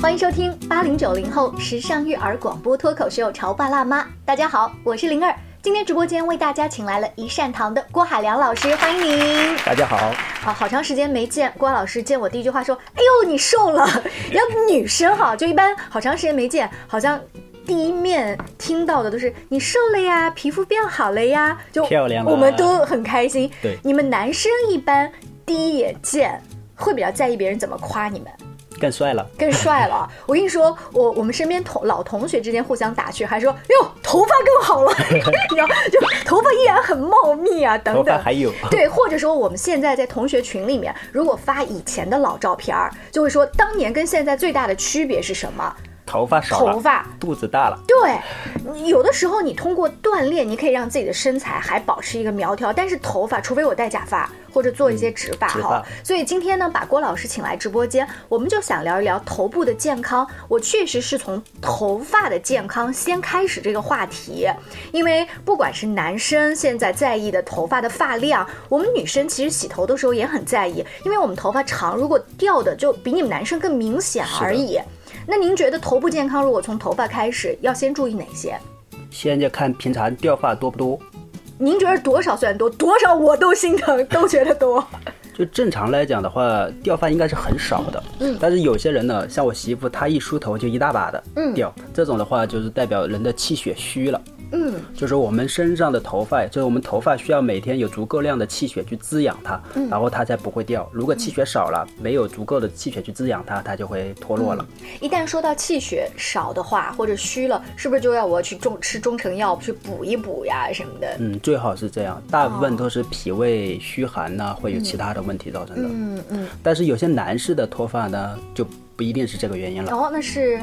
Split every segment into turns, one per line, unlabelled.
欢迎收听八零九零后时尚育儿广播脱口秀《潮爸辣妈》。大家好，我是灵儿。今天直播间为大家请来了一善堂的郭海良老师，欢迎您。
大家好，
啊，好长时间没见郭老师，见我第一句话说：“哎呦，你瘦了。” 要女生哈，就一般好长时间没见，好像第一面听到的都是“你瘦了呀，皮肤变好了呀”，就
漂亮了
我们都很开心。
对
你们男生一般第一眼见会比较在意别人怎么夸你们。
更帅了。
更帅了。我跟你说，我我们身边同老同学之间互相打趣，还说哟头发更好了， 然后就头发依然很茂密啊，等
头发
等。
还有，
对，或者说我们现在在同学群里面，如果发以前的老照片儿，就会说当年跟现在最大的区别是什么？
头发少了，
头发。
肚子大了，
对，你有的时候你通过锻炼，你可以让自己的身材还保持一个苗条，但是头发，除非我戴假发或者做一些植发
植发
哈。所以今天呢，把郭老师请来直播间，我们就想聊一聊头部的健康。我确实是从头发的健康先开始这个话题，因为不管是男生现在在意的头发的发量，我们女生其实洗头的时候也很在意，因为我们头发长，如果掉的就比你们男生更明显
是的
而已。那您觉得头部健康如果从头发开始，要先注意哪些？
现在看平常掉发多不多？
您觉得多少算多？多少我都心疼，都觉得多。
就正常来讲的话，掉发应该是很少的。
嗯
但是有些人呢，像我媳妇，她一梳头就一大把的
嗯
掉，这种的话就是代表人的气血虚了。
嗯，
就是我们身上的头发，就是我们头发需要每天有足够量的气血去滋养它，
嗯
然后它才不会掉。如果气血少了，没有足够的气血去滋养它，它就会脱落了。
一旦说到气血少的话，或者虚了，是不是就要我去中吃中成药去补一补呀什么的？
嗯，最好是这样，大部分都是脾胃虚寒呐、会有其他的问题造成的。
哦嗯嗯。
但是有些男士的脱发呢，就不一定是这个原因了，
哦，那是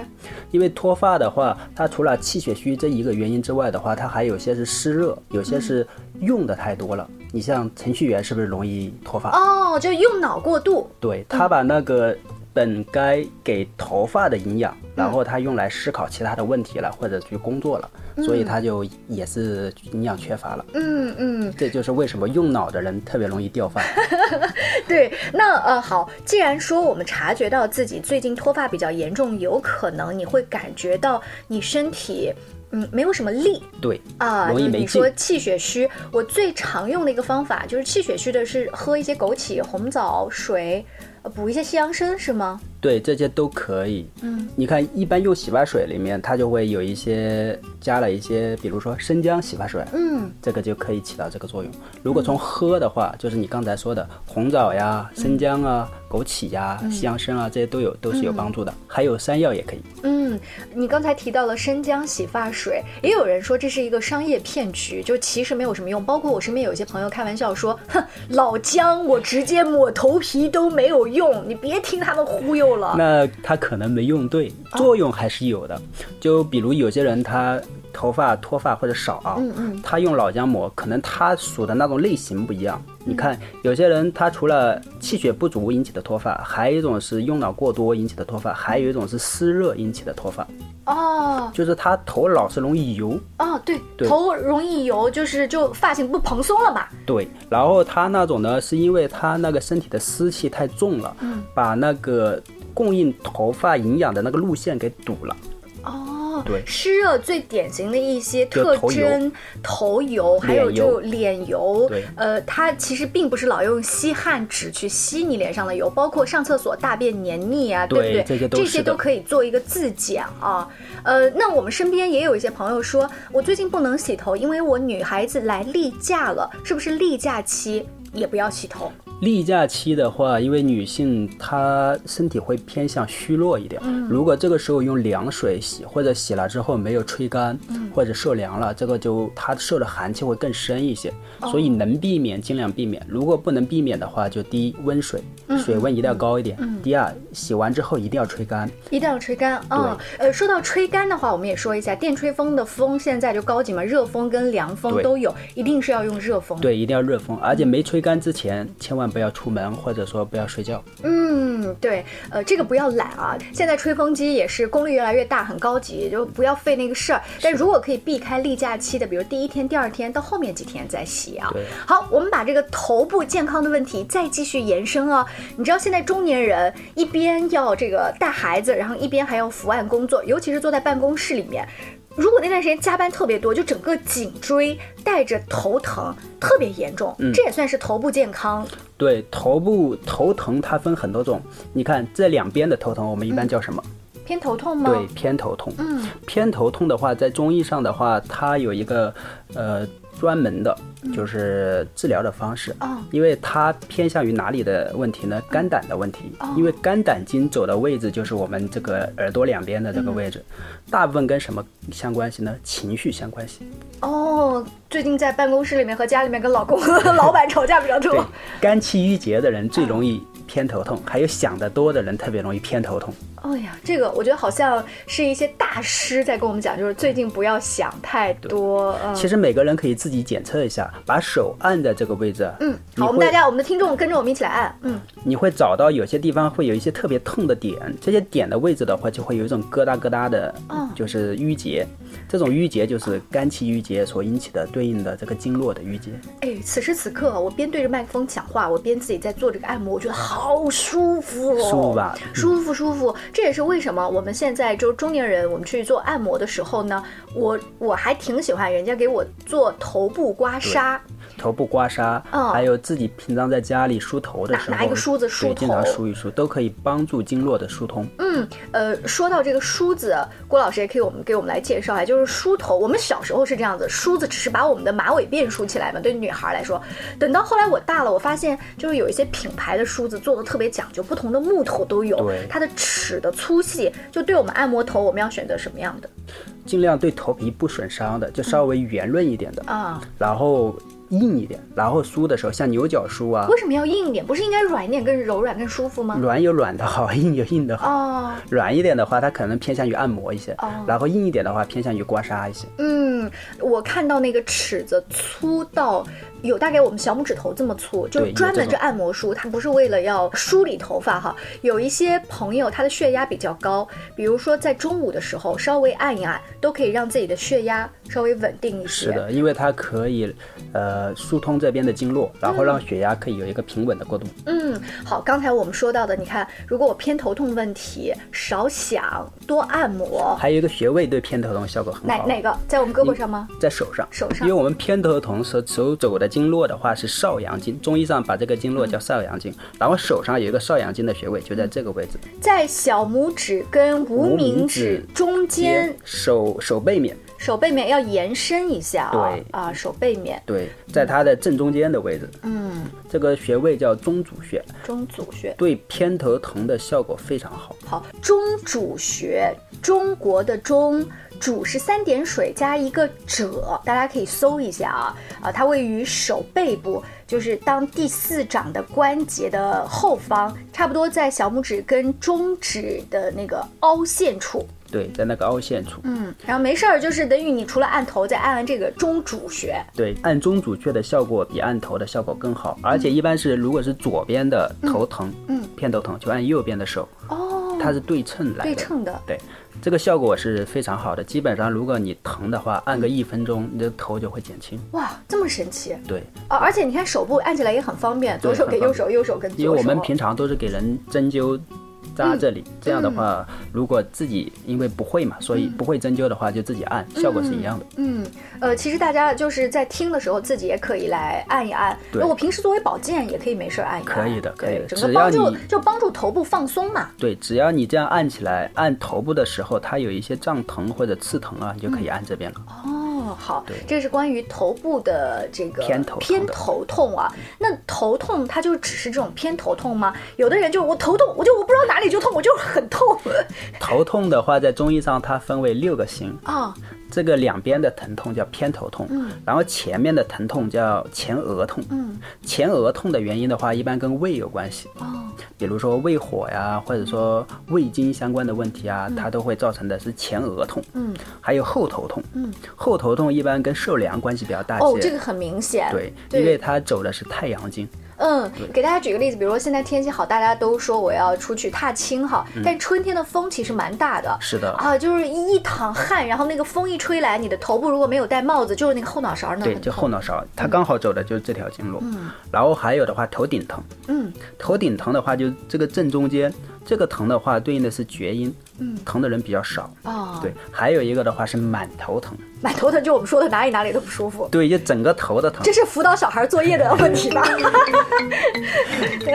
因为脱发的话，它除了气血虚这一个原因之外的话，它还有些是湿热，有
嗯
些是用的太多了。你像程序员是不是容易脱发？
哦，就用脑过度。
对他把那个本该给头发的营养，
嗯
然后他用来思考其他的问题了，或者去工作了，所以他就也是营养缺乏了。
嗯嗯，
这就是为什么用脑的人特别容易掉发。
对。那呃好，既然说我们察觉到自己最近脱发比较严重，有可能你会感觉到你身体嗯没有什么力，
对，
啊，
容易
就是
没
你说
劲
气血虚，我最常用的一个方法就是气血虚的是喝一些枸杞、红枣水，呃补一些西洋参，是吗？
对，这些都可以。嗯，你看，一般用洗发水里面，它就会有一些加了一些，比如说生姜洗发水，
嗯
这个就可以起到这个作用。如果从喝的话，就是你刚才说的红枣呀、生姜啊、枸杞呀、西洋参啊，这些都有，都是有帮助的。还有山药也可以。
嗯，你刚才提到了生姜洗发水，也有人说这是一个商业骗局，就其实没有什么用。包括我身边有一些朋友开玩笑说，哼，老姜我直接抹头皮都没有用，你别听他们忽悠了。
那它可能没用对，
啊
作用还是有的。就比如有些人他头发脱发或者少啊，
嗯嗯
他用老姜抹，可能他属的那种类型不一样。
嗯
你看，有些人他除了气血不足引起的脱发，还有一种是用脑过多引起的脱
嗯
发，还有一种是湿热引起的脱发，
哦
就是他头老是容易油。
哦，对，
对
头容易油，就是就发型不蓬松了嘛。
对，然后他那种呢，是因为他那个身体的湿气太重了，
嗯
把那个供应头发营养的那个路线给堵了。
哦，
对
湿热最典型的一些
就
特
头油
征，头油，还有
脸油
就脸油，
对
呃，它其实并不是老用吸汗纸去吸你脸上的油，包括上厕所大便黏腻啊，
对
不对？
这些都是的
都可以做一个自检啊。呃，那我们身边也有一些朋友说，我最近不能洗头，因为我女孩子来例假了，是不是例假期也不要洗头？
例假期的话，因为女性她身体会偏向虚弱一点，如果这个时候用凉水洗，或者洗了之后没有吹干，或者受凉了，这个就它受的寒气会更深一些，所以能避免尽量避免。如果不能避免的话，就第一温水，水温一定要高一点；第二，洗完之后一定要吹干。
一定要吹干啊、呃，说到吹干的话，我们也说一下，电吹风的风现在就高级嘛，热风跟凉风
对
都有，一定是要用热风。
对，一定要热风，而且没吹干之前千万不要出门，或者说不要睡觉。
嗯，对，呃，这个不要懒啊。现在吹风机也是功率越来越大，很高级，就不要费那个事儿。但如果果可以避开例假期的，比如第一天、第二天到后面几天再洗啊。
对
好，我们把这个头部健康的问题再继续延伸哦。你知道现在中年人一边要这个带孩子，然后一边还要伏案工作，尤其是坐在办公室里面。如果那段时间加班特别多，就整个颈椎带着头疼特别严重，
嗯
这也算是头部健康。
对，头部头疼它分很多种，你看这两边的头疼，我们一般叫什么？
偏头痛吗？
对，偏头痛。嗯，偏头痛的话，在中医上的话，它有一个呃专门的，就是治疗的方式。
哦
因为它偏向于哪里的问题呢？肝胆的问题。因为肝胆经走的位置就是我们这个耳朵两边的这个位置，大部分跟什么相关系呢？情绪相关系。
哦，最近在办公室里面和家里面跟老公、 和老板吵架比较
对
多。，
肝气郁结的人最容易偏头痛，还有想得多的人特别容易偏头痛。
哎呀，这个我觉得好像是一些大师在跟我们讲，就是最近不要想太多。嗯，
其实每个人可以自己检测一下，把手按在这个位置，嗯
好，我们大家，我们的听众跟着我们一起来按。嗯，
你会找到有些地方会有一些特别痛的点，这些点的位置的话，就会有一种疙瘩疙瘩的，
哦
就是淤结。这种淤结就是肝气郁结所引起的对应的这个经络的淤结。
哎，此时此刻我边对着麦克风讲话，我边自己在做这个按摩，我觉得好舒服哦，
舒服吧嗯
舒服舒服。这也是为什么我们现在就中年人，我们去做按摩的时候呢，我我还挺喜欢人家给我做头部刮痧。
头部刮痧，
嗯
还有自己平常在家里梳头的
拿
时候，
拿一个梳子梳
对，经常
头
梳一梳，都可以帮助经络的疏通。
嗯，呃，说到这个梳子，郭老师也可以我们给我们来介绍一下，就是梳头。我们小时候是这样子，梳子只是把我们的马尾辫梳起来嘛，对女孩来说。等到后来我大了，我发现就是有一些品牌的梳子做的特别讲究，不同的木头都有
对，
它的齿的粗细，就对我们按摩头，我们要选择什么样的
尽量对头皮不损伤的，就稍微圆润一点的，
啊？
然后硬一点，然后梳的时候像牛角梳啊，
为什么要硬一点？不是应该软一点更柔软更舒服吗？
软有软的好，硬有硬的好。
哦，
软一点的话，它可能偏向于按摩一些，然后硬一点的话偏向于刮痧一些。
嗯，我看到那个尺子粗到有大概我们小拇指头这么粗，就是
对
专
有
门
这
这
种
按摩梳，它不是为了要梳理头发哈。有一些朋友他的血压比较高，比如说在中午的时候稍微按一按，都可以让自己的血压稍微稳定一些。
是的，因为它可以，呃，疏通这边的经络，然后让血压可以有一个平稳的过渡。
嗯，好，刚才我们说到的，你看，如果我偏头痛问题，少想，多按摩，
还有一个穴位对偏头痛效果很
哪
好，
哪个在我们胳膊上吗？
在手上，
手上
因为我们偏头痛时手走的经络的话是少阳经，中医上把这个经络叫少阳经，然后手上有一个少阳经的穴位就在这个位置，
在小拇指跟无
无
名
名
指
指
中间
肩手手背面，
手背面要延伸一下啊、
对
啊，手背面
对，在它的正中间的位置，
嗯，
这个穴位叫中主穴，
中组穴。
对偏头疼的效果非常好。
好，中主穴，中国的中。主是三点水加一个者，大家可以搜一下啊啊，它位于手背部，就是当第四掌的关节的后方，差不多在小拇指跟中指的那个凹陷处。
对，在那个凹陷处，
嗯，然后没事儿，就是等于你除了按头，再按按这个中主穴。
对，按中主穴的效果比按头的效果更好，而
嗯
且一般是如果是左边的头疼，嗯，偏头疼就按右边的手，
哦，
它是对称来的，
对称的。
对，这个效果是非常好的。基本上如果你疼的话，
嗯
按个一分钟，你的头就会减轻。
哇，这么神奇。
对，
啊，而且你看手部按起来也很方便，左手给右手，右手跟左手。
因为我们平常都是给人针灸。扎
嗯
这里，这样的话，如果自己因为不会嘛，所以不会针灸的话，就自己按，效果是一样的。
嗯呃，其实大家就是在听的时候，自己也可以来按一按。
对
那我平时作为保健也可以没事儿按一按。
可以的可以的
对整
只
个
要
帮助
你
就帮助头部放松嘛。
对，只要你这样按起来，按头部的时候，它有一些胀疼或者刺疼啊，你就可以按这边了。
哦，好，这是关于头部的这个
偏头痛的嗯
偏头痛啊。那头痛它就只是这种偏头痛吗？有的人就我头痛，我就我不知道哪里就痛，我就是很痛
头痛的话，在中医上它分为六个型，
啊。
这个两边的疼痛叫偏头痛，
嗯
然后前面的疼痛叫前额痛，前额痛的原因的话，一般跟胃有关系，
哦，
比如说胃火呀，或者说胃经相关的问题啊，它都会造成的是前额痛，
嗯，
还有后头痛，后
哦
头痛一般跟受凉关系比较大些，
哦，这个很明显。
对，因为它走的是太阳经，
嗯，给大家举个例子，比如说现在天气好，大家都说我要出去踏青哈，
嗯
但春天的风其实蛮大的。
是的
啊，就是一一
嗯
淌汗，然后那个风一吹来，你的头部如果没有戴帽子，就是那个后脑勺那
对，就后脑勺，它刚好走的就是这条经路。嗯，然后还有的话，头顶疼。
嗯，
头顶疼的话，就这个正中间，这个疼的话对应的是厥阴。嗯，疼的人比较少。
啊，
对，还有一个的话是满头疼，
满头疼，就我们说的哪里哪里都不舒服。
对，就整个头的疼
这。是辅导小孩作业的问题吧？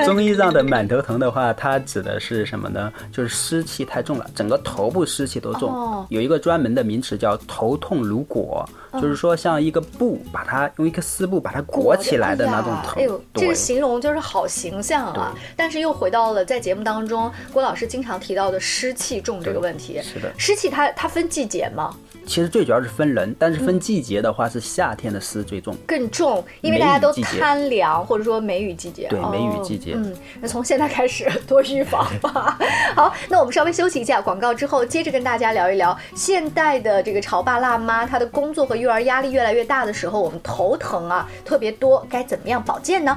中医上的满头疼的话，它指的是什么呢？就是湿气太重了，整个头部湿气都重。
哦嗯
有一个专门的名词叫头痛如裹，就是说像一个布把它用一个丝布把它 裹起来的那种头。
哎呦，这
对
个形容就是好形象啊！但是又回到了在节目当中，郭老师经常提到的湿气重这个问题。
是的
湿气它它分季节嘛，
其实最主要是分人，但是
嗯
分季节的话是夏天的湿最重。
更重，因为
梅雨
大家都
季节
贪凉，或者说梅雨季节。
对
哦
梅雨季节
嗯，那从现在开始多预防吧。 好，那我们稍微休息一下，广告之后接着跟大家聊一聊现代的这个潮爸辣妈，她的工作和育儿压力越来越大的时候，我们头疼啊特别多，该怎么样保健呢？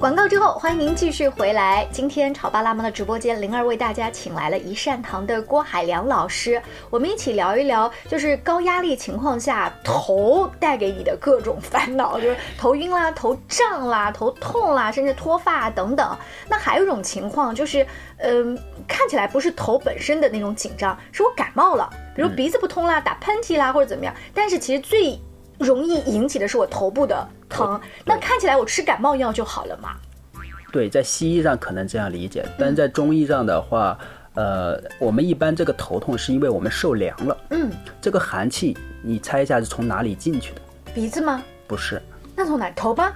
广告之后，欢迎您继续回来。今天潮爸辣妈的直播间，灵儿为大家请来了一善堂的郭海良老师，我们一起聊一聊，就是高压力情况下头带给你的各种烦恼，就是头晕啦、头胀啦、头痛啦，甚至脱发等等。那还有一种情况就是，嗯、看起来不是头本身的那种紧张，是我感冒了，比如鼻子不通啦、打喷嚏啦或者怎么样，但是其实最容易引起的是我头部的疼，那看起来我吃感冒药就好了嘛。
对，在西医上可能这样理
嗯
解，但是在中医上的话，呃，我们一般这个头痛是因为我们受凉了。
嗯，
这个寒气，你猜一下是从哪里进去的？
鼻子吗？
不是，
那从哪儿？头吗？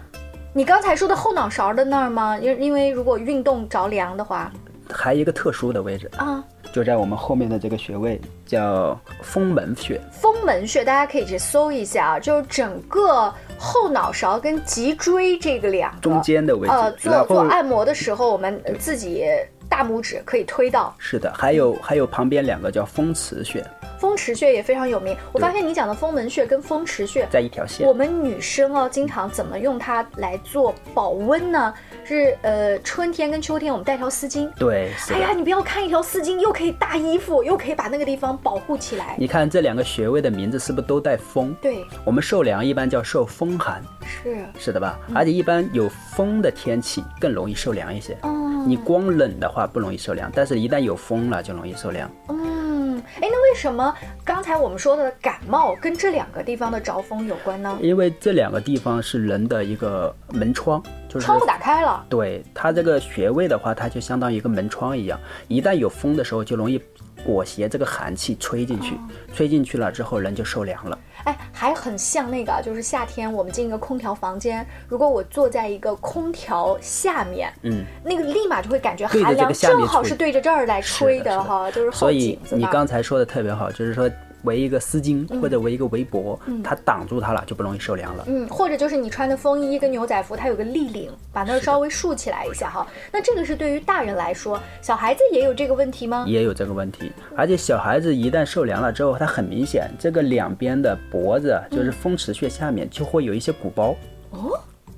你刚才说的后脑勺的那儿吗？因因为如果运动着凉的话，
还有一个特殊的位置，
啊，
就在我们后面的这个穴位，叫风门穴。
风门穴大家可以去搜一下啊，就是整个后脑勺跟脊椎这个两个
中间的位置
呃，做
然后
做按摩的时候，我们呃自己大拇指可以推到。
是的，还有还有旁边两个叫风池穴，
风池穴也非常有名。我发现你讲的风门穴跟风池穴
在一条线
我。们女生哦，经常怎么用它来做保温呢？是呃，春天跟秋天我们带条丝巾。
对，是
哎呀，
的。
你不要看一条丝巾，又可以搭衣服，又可以把那个地方保护起来。
你看这两个穴位的名字是不是都带风？
对，
我们受凉一般叫受风寒，
是，
是的吧？
嗯
而且一般有风的天气更容易受凉一些。
嗯
你光冷的话不容易受凉，但是一旦有风了就容易受凉。
嗯，哎，那为什么刚才我们说的感冒跟这两个地方的着风有关呢？
因为这两个地方是人的一个门窗，就是
窗户打开了，
对它这个穴位的话，它就相当于一个门窗一样，一旦有风的时候，就容易裹挟这个寒气吹进
哦
去，吹进去了之后，人就受凉了。
哎，还很像那个，就是夏天我们进一个空调房间，如果我坐在一个空调下面，
嗯，
那个立马就会感觉
对着
寒
这
凉，
个下面
正好
吹
是对着这儿来吹
是的是的
哈，就是嗯后
所以
颈子
你
嘛。
刚才说的特别好，就是说围一个丝巾或者围一个围脖，它挡住它了，就不容易受凉了。
嗯，或者就是你穿的风衣跟牛仔服，它有个立领，把那儿稍微竖起来一下哈。那这个是对于大人来说，小孩子也有这个问题吗？
也有这个问题，而且小孩子一旦受凉了之后，他很明显，这个两边的脖子就是风池穴下面就会有一些鼓包。哦，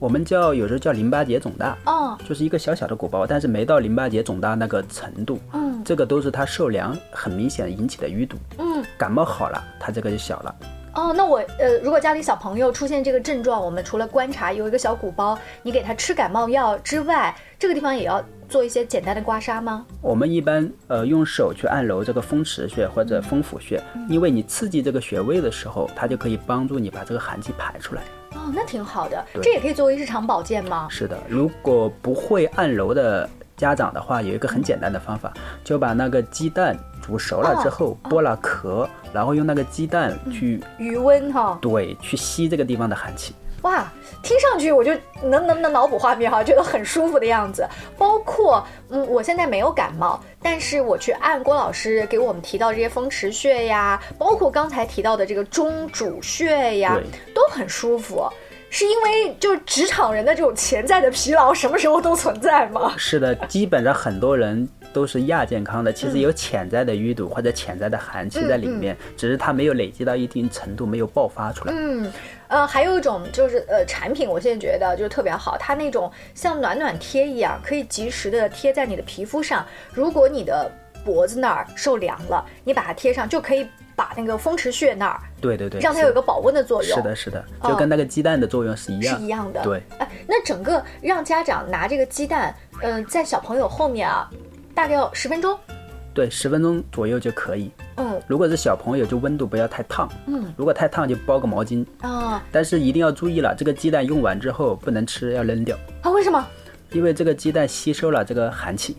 我们叫有时候叫淋巴结肿大。
哦，
就是一个小小的鼓包，但是没到淋巴结肿大那个程度。
嗯
这个都是它受凉很明显引起的淤堵。
嗯，
感冒好了，它这个就小了。
哦，那我呃，如果家里小朋友出现这个症状，我们除了观察有一个小鼓包，你给他吃感冒药之外，这个地方也要做一些简单的刮痧吗？
我们一般呃用手去按揉这个风池穴或者风府穴，因为你刺激这个穴位的时候，它就可以帮助你把这个寒气排出来。
哦，那挺好的，
对
这也可以作为日常保健吗？
是的，如果不会按揉的家长的话，有一个很简单的方法，就把那个鸡蛋煮熟了之后剥了壳，然后用那个鸡蛋去
余温哈、
对去吸这个地方的寒气。
哇，听上去我就能能能脑补画面哈、觉得很舒服的样子。包括嗯，我现在没有感冒，但是我去按郭老师给我们提到这些风池穴呀，包括刚才提到的这个中主穴呀，都很舒服。是因为就职场人的这种潜在的疲劳，什么时候都存在吗？
是的，基本上很多人都是亚健康的，其实有潜在的淤堵或者潜在的寒气在里面，只是它没有累积到一定程度，没有爆发出来。
呃，还有一种就是呃产品，我现在觉得就是特别好，它那种像暖暖贴一样，可以及时的贴在你的皮肤上。如果你的脖子那儿受凉了，你把它贴上就可以把那个风池穴那儿，
对对对，
让它有一个保温的作
是
用。
是的，是的，
嗯
就跟那个鸡蛋的作用是一
是
样。
一样的。
对，
哎，那整个让家长拿这个鸡蛋，嗯、在小朋友后面啊，大概要十分钟。
对，十分钟左右就可以。
嗯
如果是小朋友，就温度不要太烫。
嗯
如果太烫，就包个毛巾。
啊
但是一定要注意了，这个鸡蛋用完之后不能吃，要扔掉，
啊，为什么？
因为这个鸡蛋吸收了这个寒气。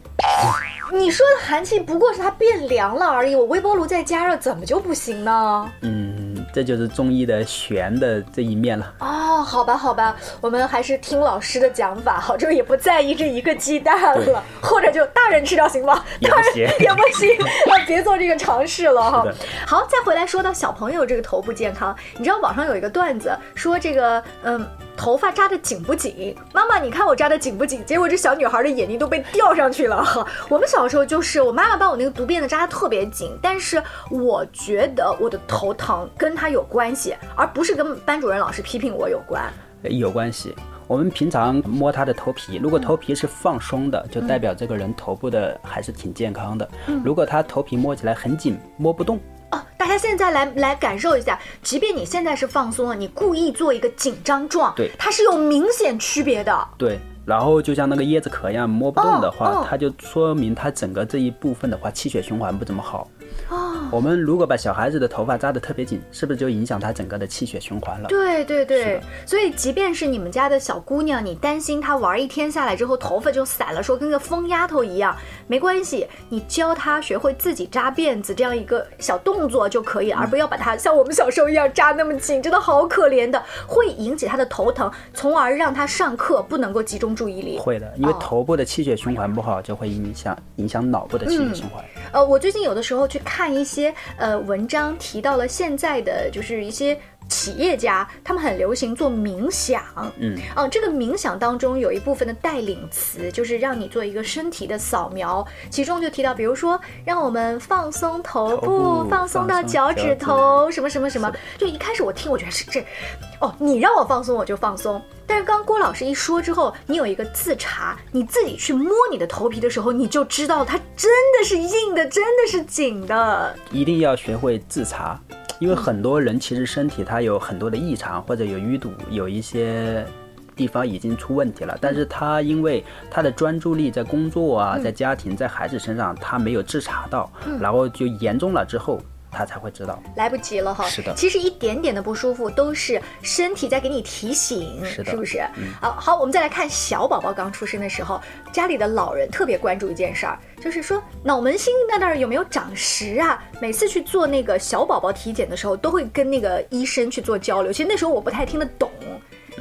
你说的寒气不过是它变凉了而已，我微波炉再加热怎么就不行呢？
嗯，这就是中医的玄的这一面了。
哦，好吧，好吧，我们还是听老师的讲法好，就也不在意这一个鸡蛋了，或者就大人吃掉行吗？
也不
大人
行
也不行， 那别做这个尝试了哈
是的。
好，再回来说到小朋友这个头部健康，你知道网上有一个段子说这个嗯。头发扎的紧不紧？妈妈，你看我扎的紧不紧？结果这小女孩的眼睛都被吊上去了。哈我们小时候就是，我妈妈把我那个毒辫子扎的特别紧，但是我觉得我的头疼跟她有关系，而不是跟班主任老师批评我有关。
有关系。我们平常摸他的头皮，如果头皮是放松的，就代表这个人头部的还是挺健康的。如果他头皮摸起来很紧，摸不动，
哦，大家现在来来感受一下，即便你现在是放松了，你故意做一个紧张状，
对
它是有明显区别的。
对，然后就像那个椰子壳一样摸不动的
哦
话
哦，
它就说明它整个这一部分的话气血循环不怎么好。
哦
我们如果把小孩子的头发扎得特别紧，是不是就影响他整个的气血循环了？
对对
是
对
的，
所以即便是你们家的小姑娘，你担心她玩一天下来之后头发就散了，说跟个疯丫头一样，没关系，你教她学会自己扎辫子这样一个小动作就可以，而不要把它像我们小时候一样扎那么紧，真的好可怜的，会引起她的头疼，从而让她上课不能够集中注意力。
会的，因为
哦
头部的气血循环不好，就会影响影响脑部的气血循环。
呃，我最近有的时候去看一些呃文章，提到了现在的就是一些企业家，他们很流行做冥想。
嗯，
哦、这个冥想当中有一部分的带领词，就是让你做一个身体的扫描，其中就提到，比如说让我们放松头部，
头部
放松到
放松
脚
脚
趾
趾
头，什么什么什么。就一开始我听，我觉得是这，哦，你让我放松我就放松。但是刚郭老师一说之后，你有一个自查，你自己去摸你的头皮的时候，你就知道它真的是硬的，真的是紧的。
一定要学会自查，因为很多人其实身体它有很多的异常或者有淤堵，有一些地方已经出问题了，但是他因为他的专注力在工作啊，在家庭，在孩子身上，他没有自查到，然后就严重了之后，他才会知道。
来不及了哈。
是的
其实一点点的不舒服都是身体在给你提醒，
是的嗯
不是？啊，好，我们再来看小宝宝刚出生的时候，家里的老人特别关注一件事儿，就是说脑门心在那儿有没有长石啊？每次去做那个小宝宝体检的时候，都会跟那个医生去做交流。其实那时候我不太听得懂。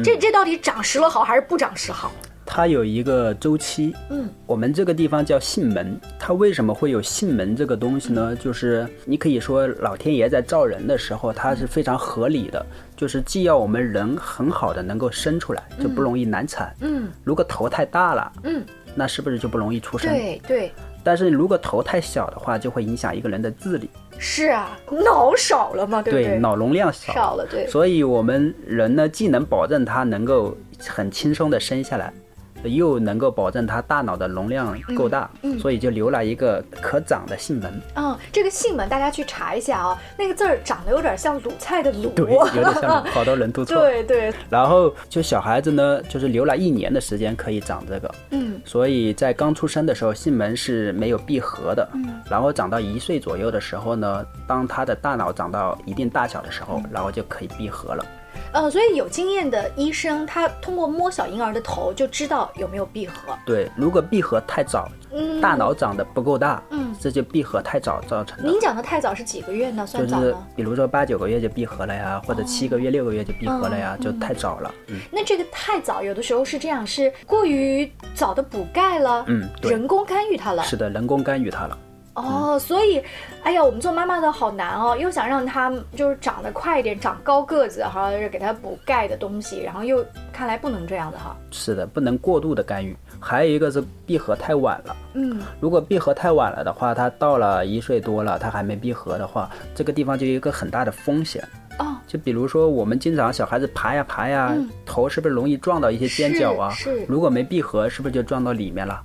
这
嗯
这到底长石了好还是不长石好？
它有一个周期，
嗯，
我们这个地方叫囟门。它为什么会有囟门这个东西呢？就是你可以说老天爷在造人的时候，它是非常合理的，就是既要我们人很好的能够生出来，就不容易难产，
嗯
如果头太大了，
嗯，
那是不是就不容易出生？
对对，
但是如果头太小的话，就会影响一个人的智力，
是啊，脑少了嘛，对不
脑容量少。
少了， 对。
所以我们人呢，既能保证他能够很轻松的生下来，又能够保证他大脑的容量够大，所以就留了一个可长的囟门，
嗯，这个姓门大家去查一下啊，那个字儿长得有点像鲁菜的鲁，
对，有点像好多人都错。
对对，
然后就小孩子呢，就是留了一年的时间可以长这个，
嗯，
所以在刚出生的时候，囟门是没有闭合的。然后长到一岁左右的时候呢，当他的大脑长到一定大小的时候，然后就可以闭合了。
呃，所以有经验的医生，他通过摸小婴儿的头就知道有没有闭合。
对，如果闭合太早，
嗯
大脑长得不够大，
嗯
这就闭合太早造成的。
您讲的太早是几个月呢？算
就
早哦
是
吗？
比如说八九个月就闭合了呀，或者七个月、六个月就闭合了呀，
嗯
就太早了。嗯，
那这个太早，有的时候是这样，是过于早的补钙了，
嗯对
人工干预它了，
是嗯的，人工干预它了。
哦，所以，哎呀，我们做妈妈的好难哦，又想让他就是长得快一点，长高个子哈，给他补钙的东西，然后又看来不能这样的哈，
是的，不能过度的干预。还有一个是闭合太晚了。
嗯，
如果闭合太晚了的话，他到了一岁多了，他还没闭合的话，这个地方就有一个很大的风险。
哦，
就比如说我们经常小孩子爬呀爬呀，头是不是容易撞到一些尖角啊？
嗯是是
如果没闭合，是不是就撞到里面了？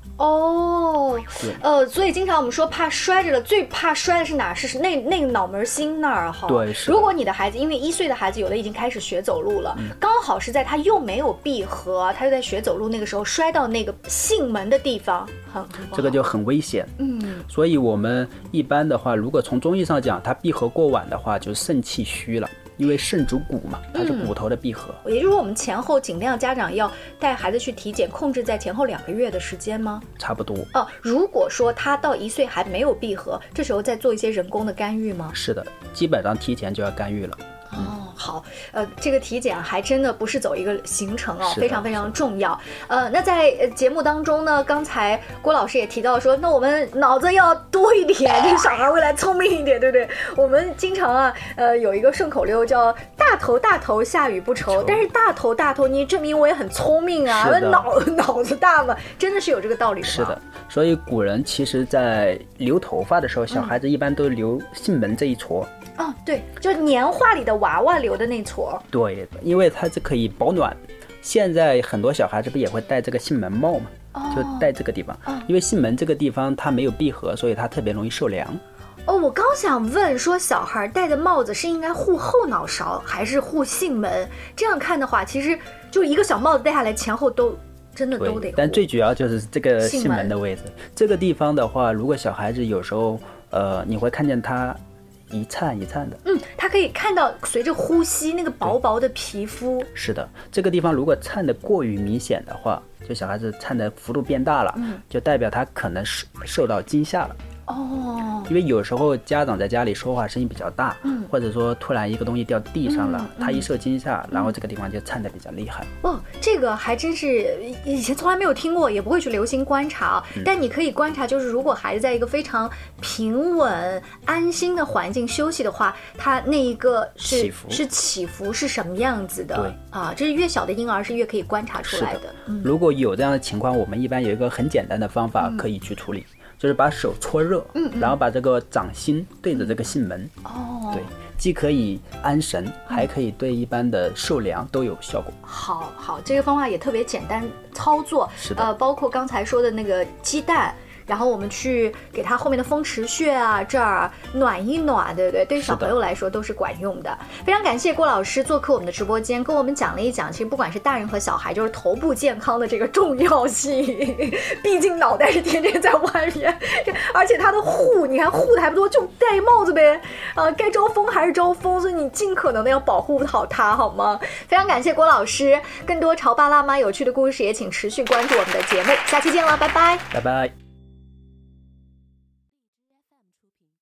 哦
对，
呃，所以经常我们说怕摔着了，最怕摔的是哪儿？是是那那个脑门心那儿哈。
对是的嗯
如果你的孩子，因为一岁的孩子有的已经开始学走路了，刚好是在他又没有闭合，他又在学走路那个时候摔到那个囟门的地方，很很不
这个
好
就很危险。
嗯
所以我们一般的话，如果从中医上讲，它闭合过晚的话，就是肾气虚了，因为肾主骨嘛，它是骨头的闭合。
也就是说，我们前后尽量家长要带孩子去体检，控制在前后两个月的时间吗？
差不多。
哦、如果说他到一岁还没有闭合，这时候再做一些人工的干预吗？
是的，基本上提前就要干预了。嗯
哦，好，呃，这个体检还真的不是走一个行程哦，
是的
非常非常重要。呃，那在呃节目当中呢，刚才郭老师也提到说，那我们脑子要多一点，这个小孩未来聪明一点，对不 对？我们经常啊，呃，有一个顺口溜叫“大头大头下雨不愁”，但是大头大头，你证明我也很聪明啊，
是的
脑脑子大嘛，真的是有这个道理的。
是的，，所以古人其实在留头发的时候，小孩子一般都留囟门这一撮。
哦，对，就是年画里的娃娃留的那撮儿。
对，因为它是可以保暖。现在很多小孩这不也会戴这个囟门帽嘛？就戴这个地方，因为囟门这个地方它没有闭合，所以它特别容易受凉。
哦，我刚想问说，小孩戴的帽子是应该护后脑勺还是护囟门？这样看的话，其实就一个小帽子戴下来，前后都真的都得
对
护。，
但最主要就是这个
囟
囟
门
门的位置，这个地方的话，如果小孩子有时候，呃，你会看见他一颤一颤的。
嗯，他可以看到随着呼吸那个薄薄的皮肤，
是的，这个地方如果颤的过于明显的话，就小孩子颤的幅度变大了，
嗯
就代表他可能受受到惊吓了。
哦，
因为有时候家长在家里说话声音比较大，
嗯
或者说突然一个东西掉地上了，他一受惊吓，然后
嗯
这个地方就颤的比较厉害。
哦，这个还真是以前从来没有听过，也不会去留心观察
嗯
啊。但你可以观察，就是如果孩子在一个非常平稳、安心的环境休息的话，他那一个是
起伏
是起伏是什么样子的？
对
啊，这是越小的婴儿是越可以观察出来
是
的。
如果有这样的情况，我们一般有一个很简单的方法可以去处理，就是把手搓热，然后把这个掌心对着这个囟门，
哦，
对，既可以安神，还可以对一般的受凉都有效果。
好好，这个方法也特别简单操作，
是的
呃，包括刚才说的那个鸡蛋。然后我们去给它后面的风池穴啊，这儿啊暖一暖，对不对？对于小
是的
朋友来说都是管用的。非常感谢郭老师做客我们的直播间，跟我们讲了一讲，其实不管是大人和小孩，就是头部健康的这个重要性。 毕竟脑袋是天天在外面，这而且它的护，你看护的还不多，就戴帽子呗。呃，该招风还是招风，所以你尽可能的要保护好它，好吗？非常感谢郭老师，更多潮爸辣妈有趣的故事也请持续关注我们的节目，下期见了，拜拜。
拜拜。